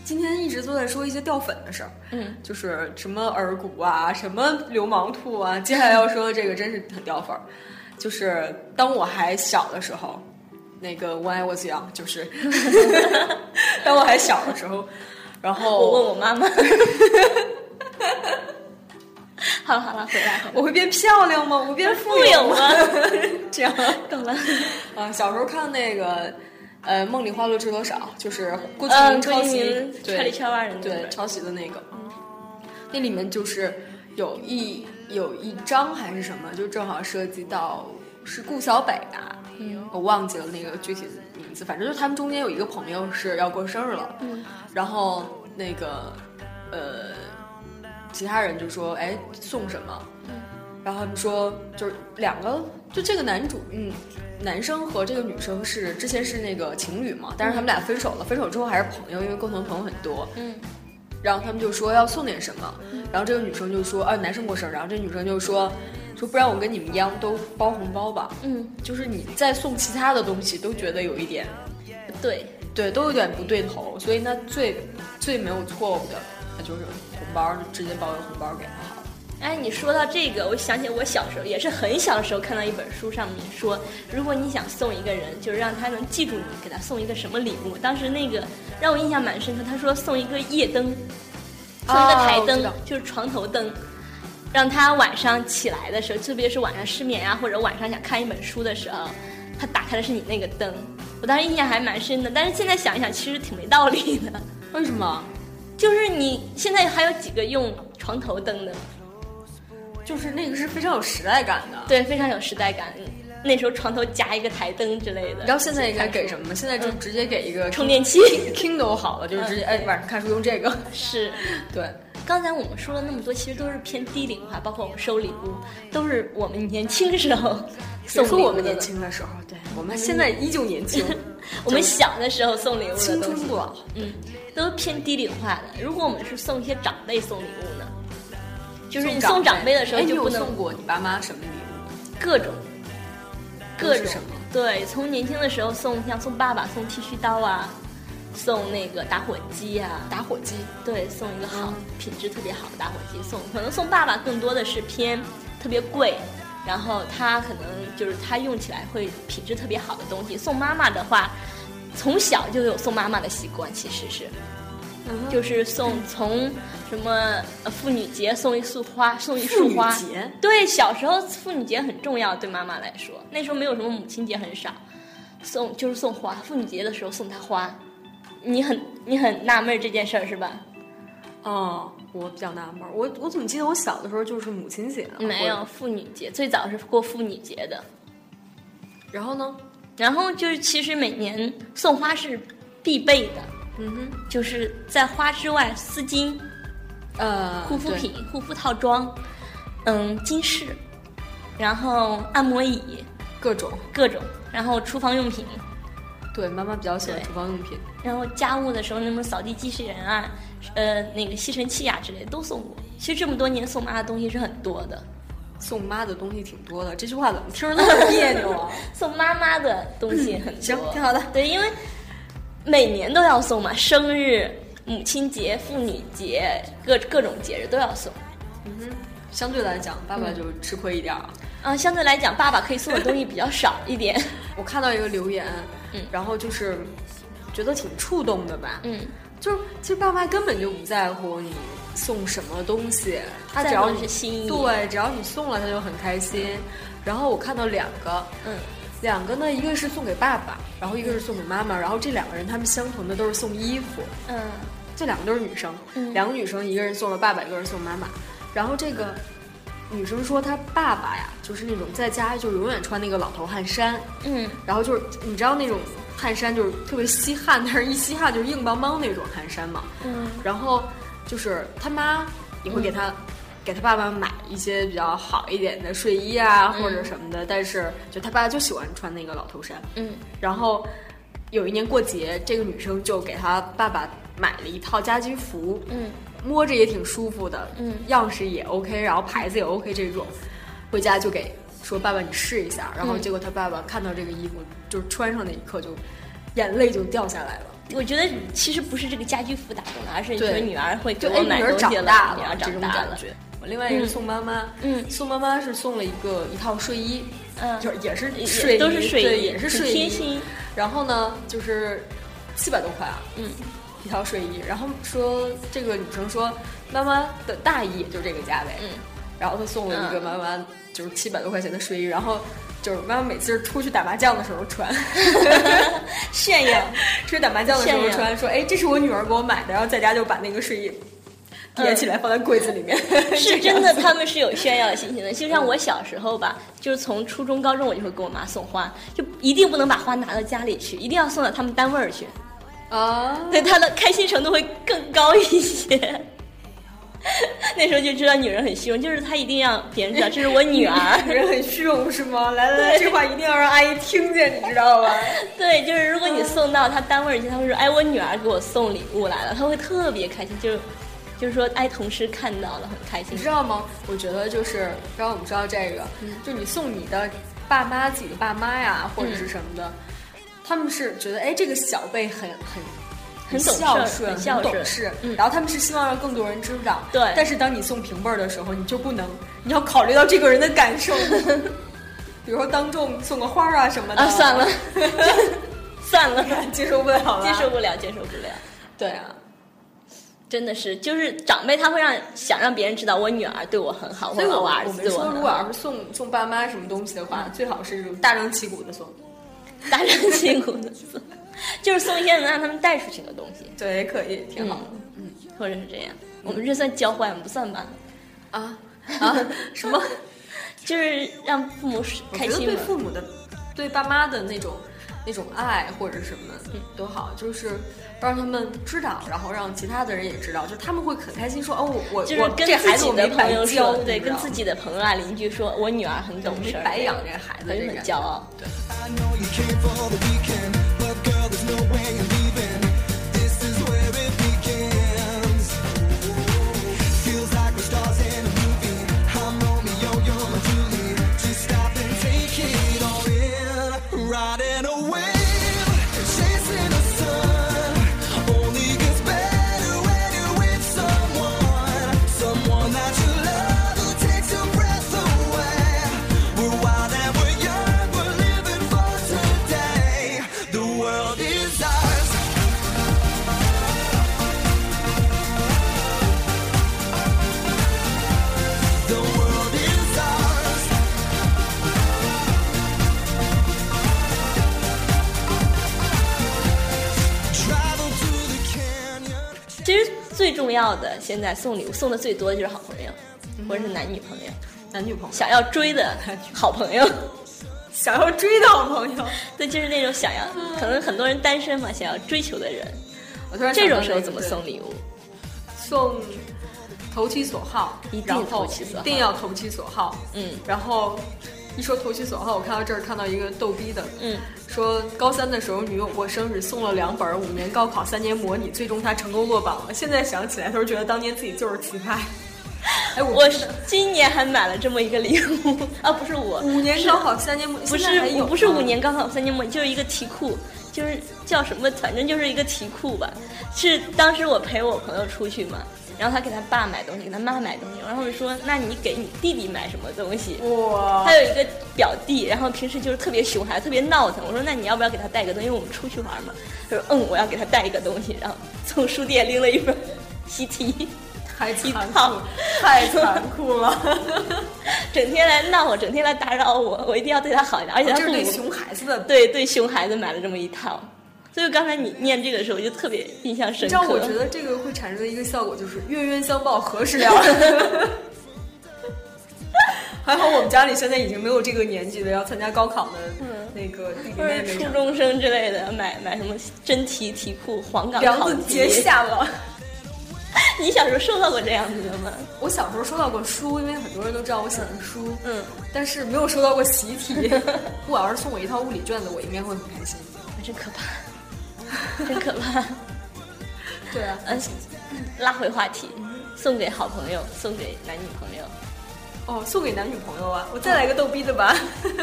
S1: 今天一直都在说一些掉粉的事儿，
S2: 嗯，
S1: 就是什么耳骨啊，什么流氓兔啊，接下来要说的这个真是很掉粉儿。就是当我还小的时候，那个 When I was young，就是 当我还小的时候，然后
S2: 我问我 妈妈。好了好了，回来回来。
S1: 我会变漂亮吗？我变富
S2: 富有
S1: 吗？
S2: 吗？
S1: 这样
S2: 懂了。
S1: 啊，小时候看那个呃《梦里花落知多少》，就是郭敬
S2: 嗯
S1: 明抄
S2: 郭敬
S1: 袭
S2: 明
S1: 对
S2: 圈里圈外的那
S1: 对
S2: 本
S1: 抄袭的那个，嗯哦那里面就是有一有一章还是什么，就正好涉及到是顾小北吧。我忘记了那个具体的名字，反正就是他们中间有一个朋友是要过生日了，然后那个呃，其他人就说：“哎，送什么？”然后他们说，就是两个，就这个男主，嗯，男生和这个女生是之前是那个情侣嘛，但是他们俩分手了，分手之后还是朋友，因为共同朋友很多。
S2: 嗯，
S1: 然后他们就说要送点什么，然后这个女生就说：“啊，男生过生日。”然后这女生就说：“说不然我跟你们一样都包红包吧。”
S2: 嗯，
S1: 就是你再送其他的东西，都觉得有一点
S2: 对，
S1: 对，都有点不对头，所以那最最没有错误的，那就是红包，就直接包个红包给他好了。
S2: 哎，你说到这个，我想起我小时候，也是很小的时候看到一本书上面说，如果你想送一个人，就是让他能记住你，给他送一个什么礼物。当时那个让我印象蛮深刻，他说送一个夜灯，送一个
S1: 哦
S2: 台
S1: 我
S2: 灯，
S1: 知道
S2: 就是床头灯，让他晚上起来的时候，特别是晚上失眠啊，或者晚上想看一本书的时候，他打开的是你那个灯。我当时印象还蛮深的，但是现在想一想，其实挺没道理的。
S1: 为什么？
S2: 就是你现在还有几个用床头灯的？
S1: 就是那个是非常有时代感的。
S2: 对，非常有时代感。那时候床头夹一个台灯之类
S1: 你
S2: 的，
S1: 知道现在应该给什么吗？现在就直接给一个
S2: 嗯充电器 嗯
S1: Kindle 好了，就是直接哎晚上看书用这个。
S2: 是。
S1: 对，
S2: 刚才我们说了那么多，其实都是偏低龄化，包括我们收礼物，都是我们年轻时候
S1: 谁
S2: 送
S1: 说
S2: 礼
S1: 我
S2: 物
S1: 们
S2: 的嗯
S1: 年，轻的时候？对我们现在依旧年 轻，
S2: 我们小的时候送礼物的
S1: 青
S2: 东西
S1: 春不老。
S2: 嗯，都是偏低龄化的。如果我们是送一些长辈送礼物呢，就是你送长辈的时候
S1: 哎你
S2: 就
S1: 有
S2: 不能
S1: 送过你爸妈什么礼物吗？
S2: 各种各
S1: 都
S2: 种
S1: 是什么
S2: 对，从年轻的时候送像送爸爸送剃须刀啊，送那个打火机啊，
S1: 打火机。
S2: 对，送一个
S1: 嗯
S2: 好、品质特别好的打火机送，可能送爸爸更多的是偏特别贵，然后他可能就是他用起来会品质特别好的东西。送妈妈的话，从小就有送妈妈的习惯，其实是。
S1: 嗯
S2: 就是送从什么呃妇女节送一束花，送一束花。
S1: 妇女节
S2: 对，小时候妇女节很重要，对妈妈来说，那时候没有什么母亲节，很少。送就是送花，妇女节的时候送她花，你很你很纳闷儿这件事儿是吧？
S1: 哦，我比较纳闷儿，我我怎么记得我小的时候就是母亲节啊
S2: 没有，妇女节，最早是过妇女节的。
S1: 然后呢？
S2: 然后就是，其实每年送花是必备的，
S1: 嗯
S2: 就是在花之外，丝巾、
S1: 哼，呃，
S2: 护肤
S1: 对
S2: 品、护肤套装，嗯，金饰，然后按摩椅，
S1: 各种，
S2: 各种，然后厨房用品，
S1: 对，妈妈比较喜欢
S2: 对
S1: 厨房用品。
S2: 然后家务的时候，那么扫地机器人啊，呃，那个吸尘器啊之类的都送过。其实这么多年送妈的东西是很多的，
S1: 送妈的东西挺多的，这句话怎么听着那 么别扭啊？
S2: 送妈妈的东西很多，
S1: 行挺好的
S2: 对，因为每年都要送嘛，生日、母亲节、妇女节，各各种节日都要送。
S1: 相对来讲，爸爸就吃亏一点儿啊。
S2: 啊、相对来讲，爸爸可以送的东西比较少 一点。
S1: 我看到一个留言，
S2: 嗯
S1: 然后就是觉得挺触动的吧。
S2: 嗯，
S1: 就是其实爸妈根本就不在乎你送什么东西，他
S2: 在
S1: 只要
S2: 乎的
S1: 你
S2: 是心意
S1: 对，只要你送了他就很开心。然后我看到两个，
S2: 嗯，
S1: 两个呢，一个是送给爸爸，然后一个是送给妈妈，然后这两个人他们相同的都是送衣服，
S2: 嗯，
S1: 这两个都是女生，
S2: 嗯
S1: 两个女生，一个人送了爸爸，一个人送妈妈。然后这个女生说她爸爸呀，就是那种在家就永远穿那个老头汗衫，
S2: 嗯，
S1: 然后就是你知道那种汗衫就是特别吸汗，但是一吸汗就是硬邦邦那种汗衫嘛。
S2: 嗯，
S1: 然后就是他妈也会给他、给他爸爸买一些比较好一点的睡衣啊、
S2: 嗯
S1: 或者什么的，但是就他爸就喜欢穿那个老头衫。
S2: 嗯，
S1: 然后有一年过节，这个女生就给她爸爸买了一套家居服，
S2: 嗯，
S1: 摸着也挺舒服的，
S2: 嗯
S1: 样式也 OK，然后牌子也 OK 这种，回家就给说爸爸你试一下，然
S2: 嗯
S1: 后结果他爸爸看到这个衣服，就是穿上那一刻就眼泪就掉下来了。
S2: 我觉得其实不是这个家居服打动了，而是你
S1: 对
S2: 说女儿会给
S1: 就
S2: 我
S1: 哎，
S2: 买
S1: 女
S2: 东
S1: 儿长
S2: 西
S1: 大
S2: 女儿
S1: 这
S2: 长
S1: 种
S2: 大
S1: 感
S2: 了，
S1: 觉。我另外一个
S2: 嗯
S1: 是宋妈妈，
S2: 嗯
S1: 宋妈妈是送了一个一套睡衣，
S2: 嗯，
S1: 就是也是
S2: 也
S1: 睡衣，
S2: 都是睡
S1: 对
S2: 衣
S1: 也是
S2: 很
S1: 睡衣，
S2: 贴心。
S1: 然后呢，就是七百多块啊，
S2: 嗯，
S1: 一套睡衣。然后说这个女生说，妈妈的大衣也就这个价位，
S2: 嗯，
S1: 然后她送了一个
S2: 嗯
S1: 妈妈就是七百多块钱的睡衣，然后就是妈妈每次出去打麻将的时候 穿，
S2: 炫耀，
S1: 出去打麻将的时候
S2: 炫耀
S1: 穿，说哎这是我女儿给我买的，然后在家就把那个睡衣叠起来放在柜子里面，
S2: 嗯 是 真的，他们是有炫耀心情的。就像我小时候吧，就是从初中、高中我就会给我妈送花，就一定不能把花拿到家里去，一定要送到他们单位儿去，
S1: 啊。
S2: 对她的开心程度会更高一些。 那时候就知道女人很虚荣，就是她一定要别人知道这是我女 儿。
S1: 人很虚荣是吗？来来来，这话一定要让阿姨听见，你知道吧？
S2: 对，就是如果你送到她单位儿去，她会说：“哎，我女儿给我送礼物来了。”她会特别开心，就是就是说，哎，同事看到了，很开心
S1: 你。知道吗？我觉得就是刚刚我们说到这个，
S2: 嗯
S1: 就你送你的爸妈、自己的爸妈呀，或者
S2: 嗯
S1: 是什么的，他们是觉得哎，这个小辈很很。
S2: 很懂事
S1: 孝顺，
S2: 很孝顺
S1: 懂事，
S2: 嗯
S1: 然后他们是希望让更多人知道。
S2: 对
S1: 但是当你送平辈儿的时候，你就不能，你要考虑到这个人的感受， 比如说当众送个花儿啊什么的。
S2: 啊，算了，算了，
S1: 接受不了了，
S2: 接受不了，接受不了。
S1: 对啊，
S2: 真的是，就是长辈他会让想让别人知道我女儿对我很好，或
S1: 所以
S2: 者
S1: 我
S2: 儿
S1: 我
S2: 子
S1: 们
S2: 对我嗯
S1: 说，如
S2: 很
S1: 果
S2: 好，
S1: 要是送送爸妈什么东西的话，最好是大张旗鼓的送。
S2: 大张旗鼓的送， 就是送一些能让他们带出去的东西，
S1: 对，也可以，挺好的。
S2: 嗯
S1: 嗯
S2: 或者是这样。我们这算教坏吗？不算吧，
S1: 啊啊！ 什么？
S2: 就是让父母
S1: 我
S2: 开
S1: 觉得
S2: 心
S1: 对
S2: 嘛。
S1: 父母的、对爸妈的那种、那种爱或者什么
S2: 嗯
S1: 都好，就是让他们知道，然后让其他的人也知道，就他们会很开心说，哦，我我
S2: 就是
S1: 我
S2: 跟
S1: 这孩
S2: 自
S1: 子我
S2: 己
S1: 没
S2: 的
S1: 白
S2: 朋友
S1: 教
S2: 说，，对，
S1: 你知道
S2: 跟自己的朋友啊、邻居说，我女儿很懂
S1: 没
S2: 事儿，
S1: 白养这孩子，
S2: 很
S1: 这
S2: 很
S1: 个
S2: 骄傲。
S3: I know you came for the weekend, but girl, there's no way you're leaving. This is where it begins. Feels like we're stars in a movie. I'm Romeo, you're my Julie. Just stop and take it all in. Riding a wave, chasing the sun. Only gets better when you're with someone, someone that you love who takes your breath away. We're wild and we're young, we're living for today. The world is ours. The world is ours. Travel to the canyon.
S2: 其实最重要的，现在送礼物送的最多的就是好朋友，
S1: 嗯
S2: 或者是男女朋友，
S1: 男女朋友
S2: 想要追的好朋友。
S1: 想要追的好朋友，
S2: 对，就是那种想要，可能很多人单身嘛，想要追求的人，
S1: 我突然
S2: 这
S1: 想
S2: 种
S1: 到
S2: 时候
S1: 那个
S2: 怎么
S1: 对
S2: 送礼物？
S1: 送投其所好，
S2: 一定
S1: 然后
S2: 投其所好
S1: 一定要投其所好。
S2: 嗯
S1: 然后一说投其所好，我看到这儿看到一个逗逼的，
S2: 嗯，
S1: 说高三的时候女友过生日送了两本儿五年高考三年模拟，最终她成功落榜了。现在想起来，都是觉得当年自己就是奇 葩。哎，我
S2: 我是今年还买了这么一个礼物 啊，不是我，
S1: 五年
S2: 是
S1: 高考三年模，
S2: 不
S1: 现在
S2: 是
S1: 还有嗯
S2: 不是
S1: 吗
S2: 五年高考三年模拟，就是一个题库，就是叫什么，反正就是一个题库吧。是当时我陪我朋友出去嘛，然后他给他爸买东西，给他妈买东西，然后我说那你给你弟弟买什么东西？
S1: 哇，
S2: 他有一个表弟，然后平时就是特别熊孩子，特别闹腾。我说那你要不要给他带一个东西？因为我们出去玩嘛。他说嗯，我要给他带一个东西。然后从书店拎了一本 习题，
S1: 太残
S2: 一
S1: 酷
S2: 套
S1: 了，，太残酷了。
S2: 整天来闹我，整天来打扰我，我一定要对他好一点。而且
S1: 这哦
S2: 他
S1: 是
S2: 父
S1: 对
S2: 母
S1: 熊孩子的
S2: 对对熊孩子买了这么一套。所以刚才你念这个时候，我就特别印象深
S1: 你知
S2: 刻。
S1: 道，我觉得这个会产生的一个效果就是冤冤相报何时了。 还好我们家里现在已经没有这个年纪的要参加高考的那个弟弟
S2: 或
S1: 妹
S2: 者
S1: 妹
S2: 嗯初
S1: 什么的，
S2: 中生之类的，买买什么真题题库、黄冈
S1: 梁
S2: 考
S1: 子
S2: 题
S1: 结。下了。
S2: 你小时候收到过这样子的吗？
S1: 我小时候收到过书，因为很多人都知道我喜欢书，
S2: 嗯，
S1: 但是没有收到过习题。 如果要是送我一套物理卷子，我应该会很开心。
S2: 啊真可怕，真可怕。
S1: 对啊，
S2: 嗯，拉回话题，送给好朋友，送给男女朋友，
S1: 哦，送给男女朋友啊，我再来个逗逼的吧。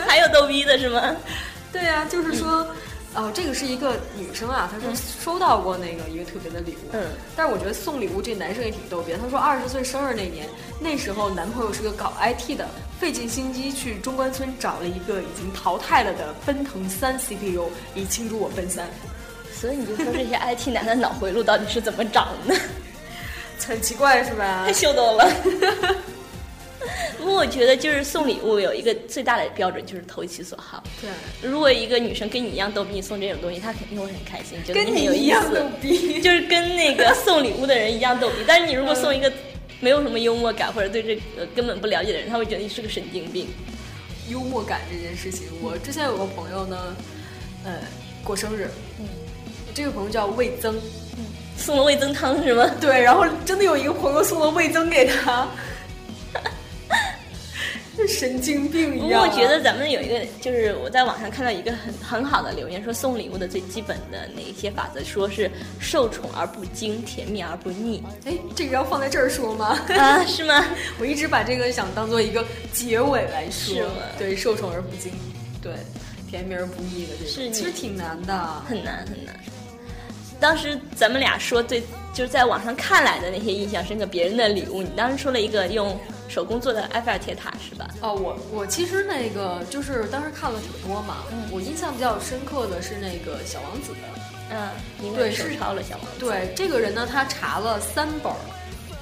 S2: 还有逗逼的是吗？
S1: 对呀、就是说，哦，这个是一个女生啊，她说收到过那个一个特别的礼物，
S2: 嗯，
S1: 但是我觉得送礼物这男生也挺逗逼的。她说二十岁生日那年，那时候男朋友是个搞 IT 的，费尽心机去中关村找了一个已经淘汰了的奔腾三 CPU，以庆祝我奔三。
S2: 所以你就说这些 IT 男的脑回路到底是怎么长的？
S1: 很奇怪是吧
S2: 太？秀逗了。不过我觉得就是送礼物有一个最大的标准就是投其所好。
S1: 对，
S2: 如果一个女生跟你一样逗逼，你送这种东西，她肯定会很开心，觉得
S1: 跟
S2: 很
S1: 你
S2: 有
S1: 一
S2: 意
S1: 样
S2: 思
S1: 逗。逼。
S2: 就是跟那个送礼物的人一样逗逼。但是你如果送一个没有什么幽默感或者对这个呃根本不了解的人，他会觉得你是个神经病。
S1: 幽默感这件事情，我之前有个朋友呢，呃，过生日，嗯，这个朋友叫魏增，
S2: 送了味增汤是吗？
S1: 对，然后真的有一个朋友送了味增给他， 跟神经病
S2: 不
S1: 一
S2: 过
S1: 样、啊
S2: 我觉得，咱们有一个，就是我在网上看到一个很很好的留言，说送礼物的最基本的哪一些法则，说是受宠而不惊，甜蜜而不腻
S1: 哎，这个要放在这儿说吗？
S2: 啊， 是吗？
S1: 我一直把这个想当做一个结尾来说，
S2: 是吗
S1: 对，受宠而不惊，对，甜蜜而不腻的这种，
S2: 是你
S1: 其实挺难的。啊
S2: 很难很难。当时咱们俩说最就是在网上看来的那些印象深刻别人的礼物，你当时说了一个用手工做的埃菲尔铁塔是吧？
S1: 哦，我我其实那个就是当时看了挺多嘛，我印象比较深刻的是那个小王子的，
S2: 嗯，因为
S1: 对
S2: 手
S1: 是
S2: 抄了小王子。
S1: 对这个人呢，他查了三本儿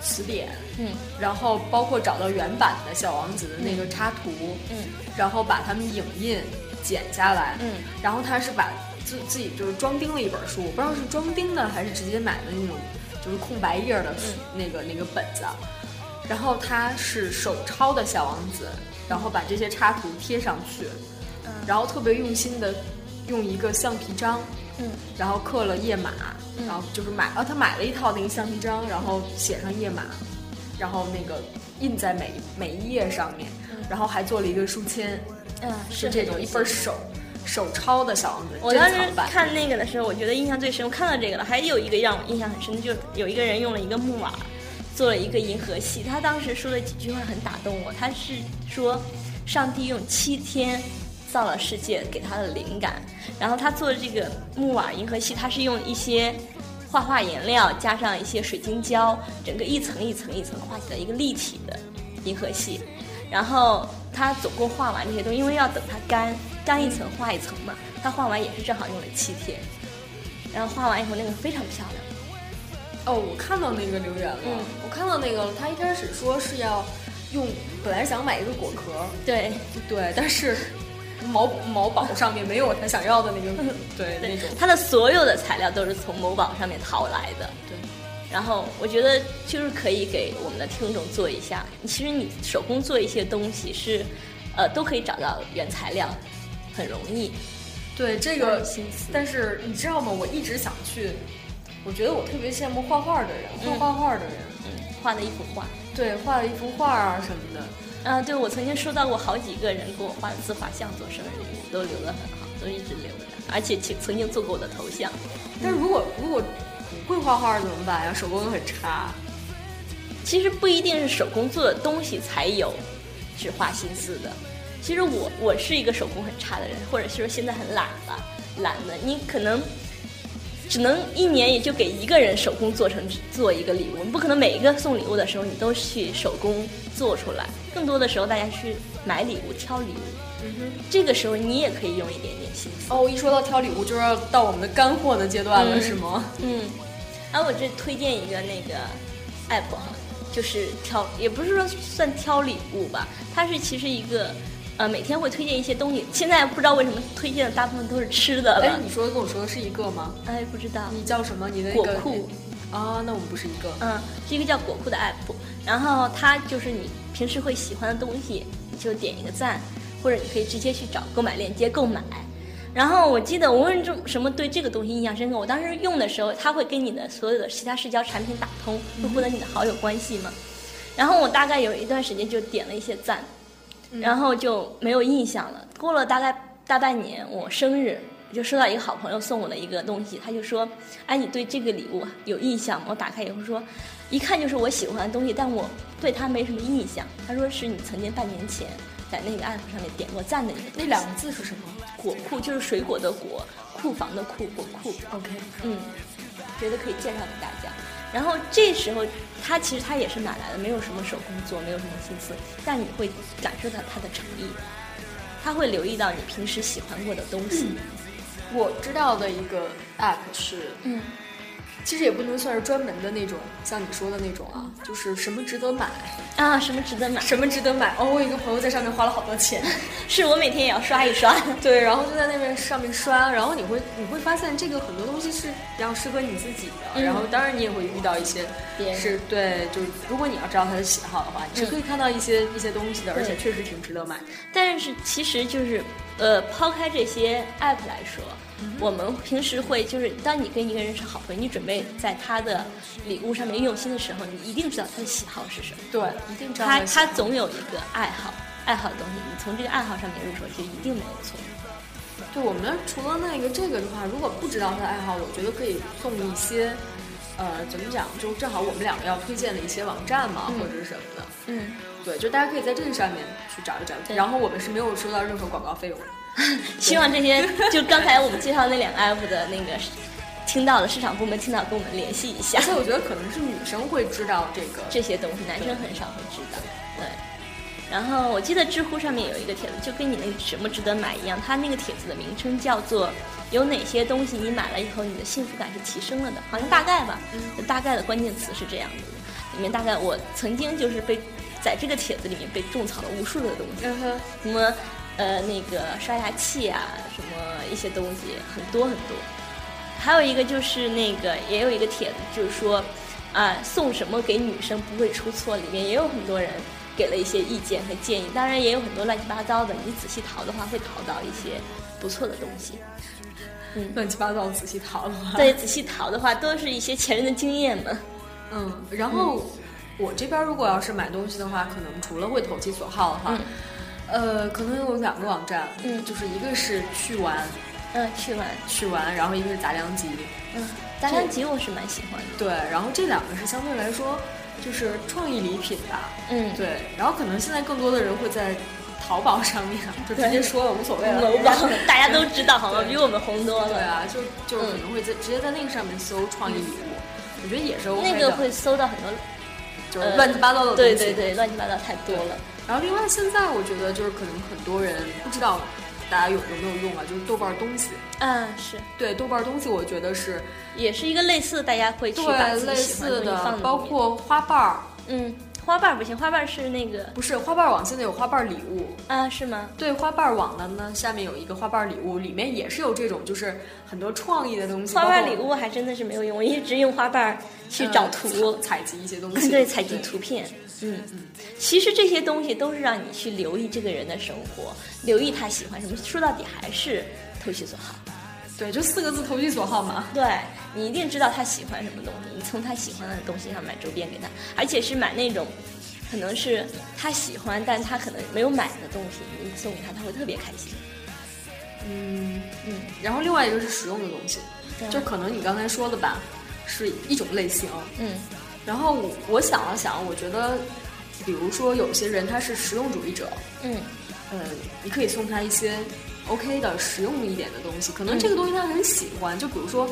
S1: 词典，
S2: 嗯
S1: 然后包括找到原版的《小王子》的那个插图，
S2: 嗯，
S1: 然后把它们影印剪下来，
S2: 嗯，
S1: 然后他是把自自己就是装订了一本书，我不知道是装订的还是直接买的那种就是空白页儿的书、
S2: 嗯
S1: 那个那个本子，啊然后他是手抄的《小王子》，然后把这些插图贴上去，然后特别用心的用一个橡皮章，
S2: 嗯，
S1: 然后刻了页码，然后就是买，哦，他买了一套那个橡皮章，然后写上页码，然后那个印在每每一页上面，然后还做了一个书签，
S2: 嗯，
S1: 是这种一份手手抄的小王子
S2: 我
S1: 珍
S2: 当时
S1: 藏版，
S2: 看那个的时候，我觉得印象最深。我看到这个了，还有一个让我印象很深的，就是有一个人用了一个木马，做了一个银河系。他当时说了几句话很打动我，他是说，上帝用七天造了世界，给他的灵感。然后他做的这个木瓦银河系，它是用一些画画颜料加上一些水晶胶，整个一层一层一层画起来一个立体的银河系。然后他总共画完这些东西，因为要等它干，干一层画一层嘛。他画完也是正好用了七天，然后画完以后那个非常漂亮。
S1: 哦，我看到那个留言了，
S2: 嗯
S1: 我看到那个了，他一开始说是要用，本来想买一个果壳，
S2: 对，
S1: 对，但是某某宝上面没有他想要的那个，对那种。
S2: 他的所有的材料都是从某宝上面淘来的。
S1: 对，
S2: 然后我觉得就是可以给我们的听众做一下，其实你手工做一些东西是，呃，都可以找到原材料，很容易。
S1: 对这
S2: 个
S1: 个，但是你知道吗？我一直想去，我觉得我特别羡慕画画的人，会画画的人，
S2: 嗯，画的一幅画。
S1: 对，画了一幅画啊什么的。
S2: 啊，对，我曾经收到过好几个人给我画的自画像做生日礼物，都留得很好，都一直留着，而且曾曾经做过我的头像。
S1: 但是如果如果不会画画怎么办呀？手工又很差。
S2: 其实不一定是手工做的东西才有只花心思的。其实我我是一个手工很差的人，或者是说现在很懒吧，懒的你可能只能一年也就给一个人手工做成做一个礼物，你不可能每一个送礼物的时候你都去手工做出来，更多的时候大家去买礼物挑礼物，
S1: 嗯哼。
S2: 这个时候你也可以用一点点心思。
S1: 哦，一说到挑礼物，就要到我们的干货的阶段了，
S2: 嗯
S1: 是吗？
S2: 嗯，啊，我这推荐一个那个 app 哈，就是挑，也不是说算挑礼物吧，它是其实一个，呃，每天会推荐一些东西。现在不知道为什么推荐的大部分都是吃的
S1: 哎，
S2: 了，
S1: 你说跟我说的是一个吗？
S2: 哎，不知道。
S1: 你叫什么？你的那
S2: 果
S1: 个
S2: 库
S1: 啊？那我们不是一个。
S2: 嗯，是一个叫果库的 app，然后它就是你平时会喜欢的东西，你就点一个赞，或者你可以直接去找购买链接购买。然后我记得我问这什么对这个东西印象深刻，我当时用的时候，它会跟你的所有的其他社交产品打通，会获得你的好友关系嘛。然后我大概有一段时间就点了一些赞，然后就没有印象了。过了大概大半年，我生日就收到一个好朋友送我的一个东西，他就说：“哎，你对这个礼物有印象吗？”我打开以后说：“一看就是我喜欢的东西，但我对它没什么印象。”他说：“是你曾经半年前在那个 app 上面点过赞的一个
S1: 那两个字是什么
S2: 果库，就是水果的果，库房的库，果库。
S1: ？OK，
S2: 嗯，觉得可以介绍给大家。然后这时候他其实他也是买来的，没有什么手工做，没有什么心思，但你会感受到他的诚意，他会留意到你平时喜欢过的东西。
S1: 我知道的一个 app 是，
S2: 嗯，
S1: 其实也不能算是专门的那种，像你说的那种
S2: 嗯
S1: 啊，就是什么值得买，
S2: 啊，什么值得买？
S1: 什么值得买。哦，我有一个朋友在上面花了好多钱，
S2: 是我每天也要刷一刷。
S1: 对，然后就在那边上面刷，然后你会你会发现这个很多东西是比较适合你自己的，
S2: 嗯
S1: 然后当然你也会遇到一些
S2: 别人
S1: 是对，就是如果你要知道他的喜好的话，你是
S2: 嗯
S1: 可以看到一些、一些东西的，而且
S2: 对
S1: 确实挺值得买。
S2: 但是其实就是，呃，抛开这些 app 来说，我们平时会就是，当你跟一个人是好朋友，你准备在他的礼物上面用心的时候，你一定知道他的喜好是什么。
S1: 对，一定知道
S2: 他
S1: 的喜
S2: 他
S1: 好
S2: 总有一个爱好，爱好的东西，你从这个爱好上面入手就一定没有错。
S1: 对我们除了那个这个的话，如果不知道他的爱好，我觉得可以送一些，呃，怎么讲，就正好我们两个要推荐的一些网站嘛，或者是什么的。
S2: 嗯，
S1: 对，就大家可以在这个上面去找一找。
S2: 对
S1: 然后我们是没有收到任何广告费用的。
S2: 希望这些就刚才我们介绍那两个 app 的那个听到的市场部门听到跟我们联系一下
S1: 而且我觉得可能是女生会知道这个，
S2: 这些东西，男生很少会知道。对。然后我记得知乎上面有一个帖子，就跟你那个什么值得买一样，它那个帖子的名称叫做“有哪些东西你买了以后你的幸福感是提升了的”，好像大概吧，就大概的关键词是这样的。里面大概我曾经就是被在这个帖子里面被种草了无数的东西，
S1: 嗯哼，
S2: 什么呃那个刷牙器啊，什么一些东西很多很多。还有一个就是那个也有一个帖子，就是说啊、送什么给女生不会出错，里面也有很多人给了一些意见和建议，当然也有很多乱七八糟的，你仔细淘的话会淘到一些不错的东西。
S1: 乱七八糟仔细淘的话，
S2: 对，仔细淘的话都是一些前人的经验嘛。
S1: 嗯，然后我这边如果要是买东西的话，可能除了会投其所好的话，呃，可能有两个网站，
S2: 嗯
S1: 就是一个是去玩
S2: 嗯，去玩，
S1: 去玩，然后一个是杂粮集，
S2: 嗯，杂粮集我是蛮喜欢的。
S1: 对，然后这两个是相对来说就是创意礼品吧，
S2: 嗯，
S1: 对，啊然后可能现在更多的人会在淘宝上面啊就直接说了，无所谓了，
S2: 楼
S1: 人家
S2: 宝嗯 大家都知道，好吗？比我们红多
S1: 啊对
S2: 了。
S1: 啊，就就
S2: 嗯
S1: 可能会在直接在那个上面搜创意礼物，我觉得也是 OK
S2: 那
S1: 的，
S2: 个会搜到很多
S1: 就是乱七八糟的东西。
S2: 呃对对对，乱七八糟太多了。
S1: 然后另外现在我觉得就是可能很多人不知道大家有有没有用啊，就是豆瓣儿东西。
S2: 啊，是，
S1: 对豆瓣儿东西，我觉得是
S2: 也是一个类似，大家会去把
S1: 对
S2: 自
S1: 类
S2: 己喜
S1: 似
S2: 欢的东西
S1: 的
S2: 放，
S1: 包
S2: 里面
S1: 括花瓣儿，
S2: 嗯，花瓣儿不行，花瓣儿是那个
S1: 不是花瓣儿网现在有花瓣儿礼物，
S2: 啊，是吗？
S1: 对花瓣儿网的呢，下面有一个花瓣儿礼物，里面也是有这种就是很多创意的东西，
S2: 花瓣
S1: 包
S2: 儿
S1: 括
S2: 礼物还真的是没有用，我一直用花瓣儿去找图
S1: 呃，采采集一些东西，
S2: 对，采集图片。嗯嗯，其实这些东西都是让你去留意这个人的生活，留意他喜欢什么。说到底还是投其所好。
S1: 对，就四个字投其所好嘛。
S2: 对你一定知道他喜欢什么东西，你从他喜欢的东西上买周边给他，而且是买那种可能是他喜欢，但他可能没有买的东西，你送给他，他会特别开心。
S1: 然后另外一个是实用的东西
S2: 对，啊
S1: 就可能你刚才说的吧，是一种类型。
S2: 嗯
S1: 然后我我想了想，我觉得，比如说有些人他是实用主义者，
S2: 嗯，
S1: 呃，你可以送他一些 OK 的实用一点的东西，可
S2: 嗯
S1: 能这个东西他很喜欢，就比如说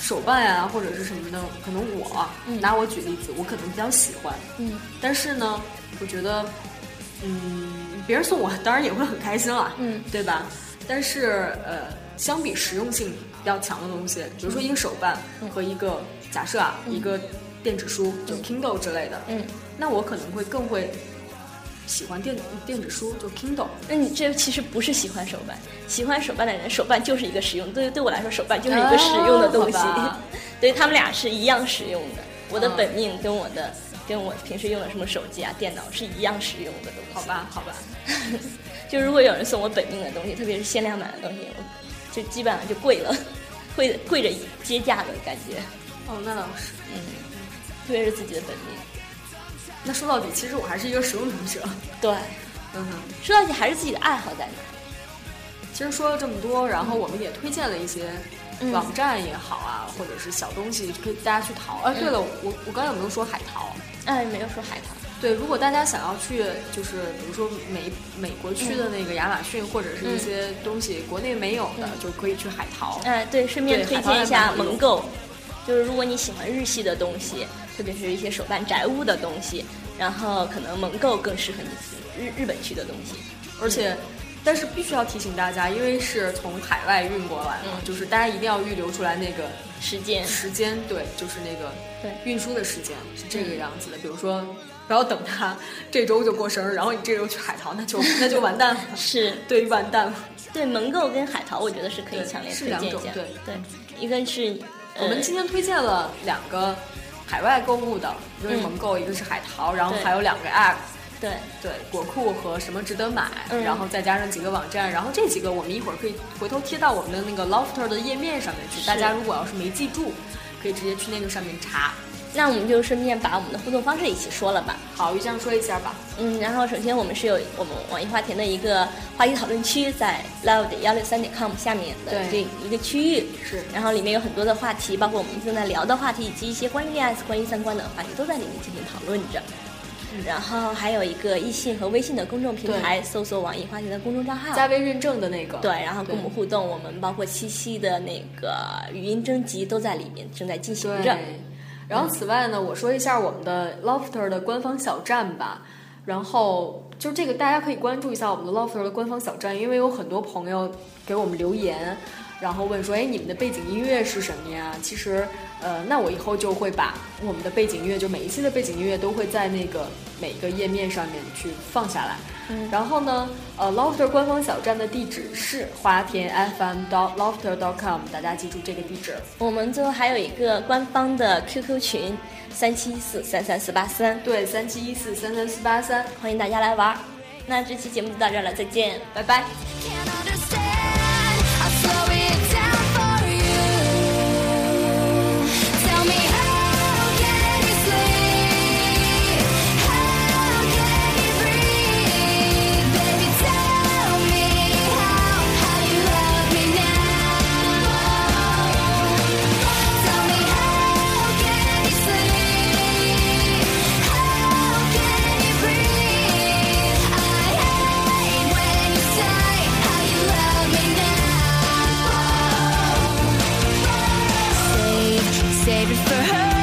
S1: 手办呀、或者是什么的，可能我、啊
S2: 嗯
S1: 拿我举例子，我可能比较喜欢，
S2: 嗯，
S1: 但是呢，我觉得，嗯，别人送我当然也会很开心了，
S2: 嗯，
S1: 对吧？但是呃，相比实用性比较强的东西，比如说一个手办
S2: 嗯
S1: 和一个、假设啊、一个电子书，就 Kindle 之类的，
S2: 嗯，
S1: 那我可能会更会喜欢电电子书，就 Kindle。
S2: 那你这其实不是喜欢手办，喜欢手办的人，手办就是一个实用。对对我来说，手办就是一个实用的东西，
S1: 哦好吧
S2: 对他们俩是一样实用的。我的本命跟我的、跟我平时用的什么手机啊、电脑是一样实用的东西。
S1: 好吧，好吧，
S2: 就如果有人送我本命的东西，特别是限量版的东西，我就基本上就跪了， 跪跪着接价的感觉，嗯
S1: 哦，那倒是。
S2: 特别是自己的本命。
S1: 那说到底，其实我还是一个实用主义者。
S2: 对，
S1: 嗯哼，
S2: 说到底还是自己的爱好在哪。
S1: 其实说了这么多，然后我们也推荐了一些
S2: 嗯
S1: 网站也好啊，或者是小东西可以大家去淘。哎、对了，我我刚才有没有说海淘？
S2: 哎，没有说海淘。
S1: 对，如果大家想要去，就是比如说美美国区的那个亚马逊，或者是一些东西国内没有的，就可以去海淘。
S2: 哎，对，顺便
S1: 对
S2: 推
S1: 海淘
S2: 荐一
S1: 还
S2: 下
S1: 蛮有
S2: 萌购，就是如果你喜欢日系的东西，特别是一些手办宅物的东西，然后可能萌购更适合你日日本区的东西。
S1: 而且，但是必须要提醒大家，因为是从海外运过来嘛，
S2: 嗯
S1: 就是大家一定要预留出来那个
S2: 时间，
S1: 时间，对，就是那个
S2: 对嗯
S1: 运输的时间是这个样子的。比如说，不要等他这周就过生日，然后你这周去海淘，那 就那就完蛋了，
S2: 是
S1: 对，完蛋了。
S2: 对萌购跟海淘，我觉得是可以
S1: 对
S2: 强烈
S1: 是
S2: 推
S1: 两
S2: 荐一
S1: 种
S2: 下。
S1: 对
S2: 一个是
S1: 我们
S2: 呃
S1: 今天推荐了两个海外购物的，一个是萌购，一个是海淘，然后
S2: 嗯对
S1: 还有两个 app。
S2: 对
S1: 对，果库和什么值得买，
S2: 嗯
S1: 然后再加上几个网站，然后这几个我们一会儿可以回头贴到我们的那个 Lofter 的页面上面去。
S2: 是
S1: 大家如果要是没记住，可以直接去那个上面查。
S2: 那我们就顺便把我们的互动方式一起说了吧。
S1: 好，于酱说一下吧。
S2: 嗯，然后首先我们是有我们网易花田的一个话题讨论区，在 loud 幺六三点 com 下面的这
S1: 对
S2: 一个区域
S1: 是
S2: 然后里面有很多的话题，包括我们正在聊的话题，以及一些关于恋爱、关于三观的话题都在里面进行讨论着。
S1: 嗯
S2: 然后还有一个易信和微信的公众平台，搜索网易花田的公众账号，
S1: 加微认证的那个，
S2: 嗯对，然后跟
S1: 对
S2: 我们互动，我们包括七夕的那个语音征集都在里面正在进行着
S1: 对。。然后此外呢，我说一下我们的 Lofter 的官方小站吧。然后就这个，大家可以关注一下我们的 Lofter 的官方小站，因为有很多朋友给我们留言，然后问说：“哎，你们的背景音乐是什么呀？”其实，呃，那我以后就会把我们的背景音乐，就每一期的背景音乐都会在那个每个页面上面去放下来。然后呢，呃，Lofter 官方小站的地址是花田 FM dot lofter dot com，大家记住这个地址。
S2: 我们最后还有一个官方的 QQ 群，三七四三三四八三，
S1: 对，三七一四三三四八三，
S2: 欢迎大家来玩儿。那这期节目就到这儿了，再见，拜拜。
S5: Can't understand. I slow it down for you. Tell me how can you sleep? How can you breathe? Baby, tell me how how you love me now. Tell me how can you sleep? How can you breathe? I hate when you say how you love me now. Saved, saved it for her.